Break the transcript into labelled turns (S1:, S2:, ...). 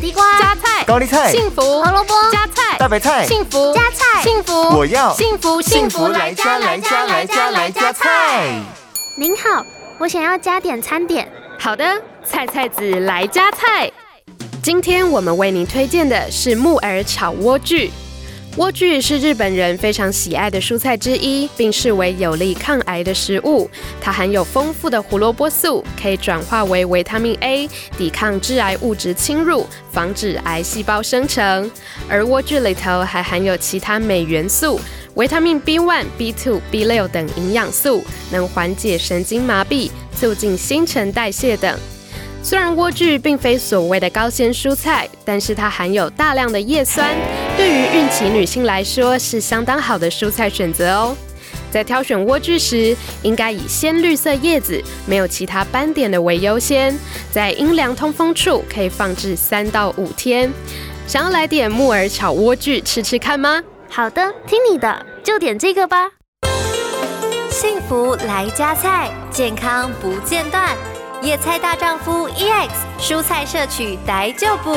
S1: 地瓜、
S2: 加菜、
S3: 高丽菜、
S2: 幸福、
S1: 胡萝卜、
S2: 加菜、
S3: 大白菜、
S2: 幸福、
S1: 加菜
S2: 幸福，
S3: 我要
S2: 幸福
S3: 幸福来家来家来家来家菜。
S1: 您好，我想要加点餐点。
S2: 好的，菜菜子来加菜。今天我们为您推荐的是木耳炒莴苣。莴苣是日本人非常喜爱的蔬菜之一，并视为有利抗癌的食物。它含有丰富的胡萝卜素，可以转化为维他命 A，抵抗致癌物质侵入，防止癌细胞生成。而莴苣里头还含有其他镁元素、维他命 B1、B2、B6 等营养素，能缓解神经麻痹，促进新陈代谢等。虽然莴苣并非所谓的高纤蔬菜，但是它含有大量的叶酸，对于孕期女性来说是相当好的蔬菜选择哦。在挑选莴苣时，应该以鲜绿色叶子、没有其他斑点的为优先，在阴凉通风处可以放置三到五天。想要来点木耳炒莴苣吃吃看吗？
S1: 好的，听你的，就点这个吧。
S4: 幸福来加菜，健康 E 不间断。野菜大丈夫 EX 蔬菜摄取逮就补。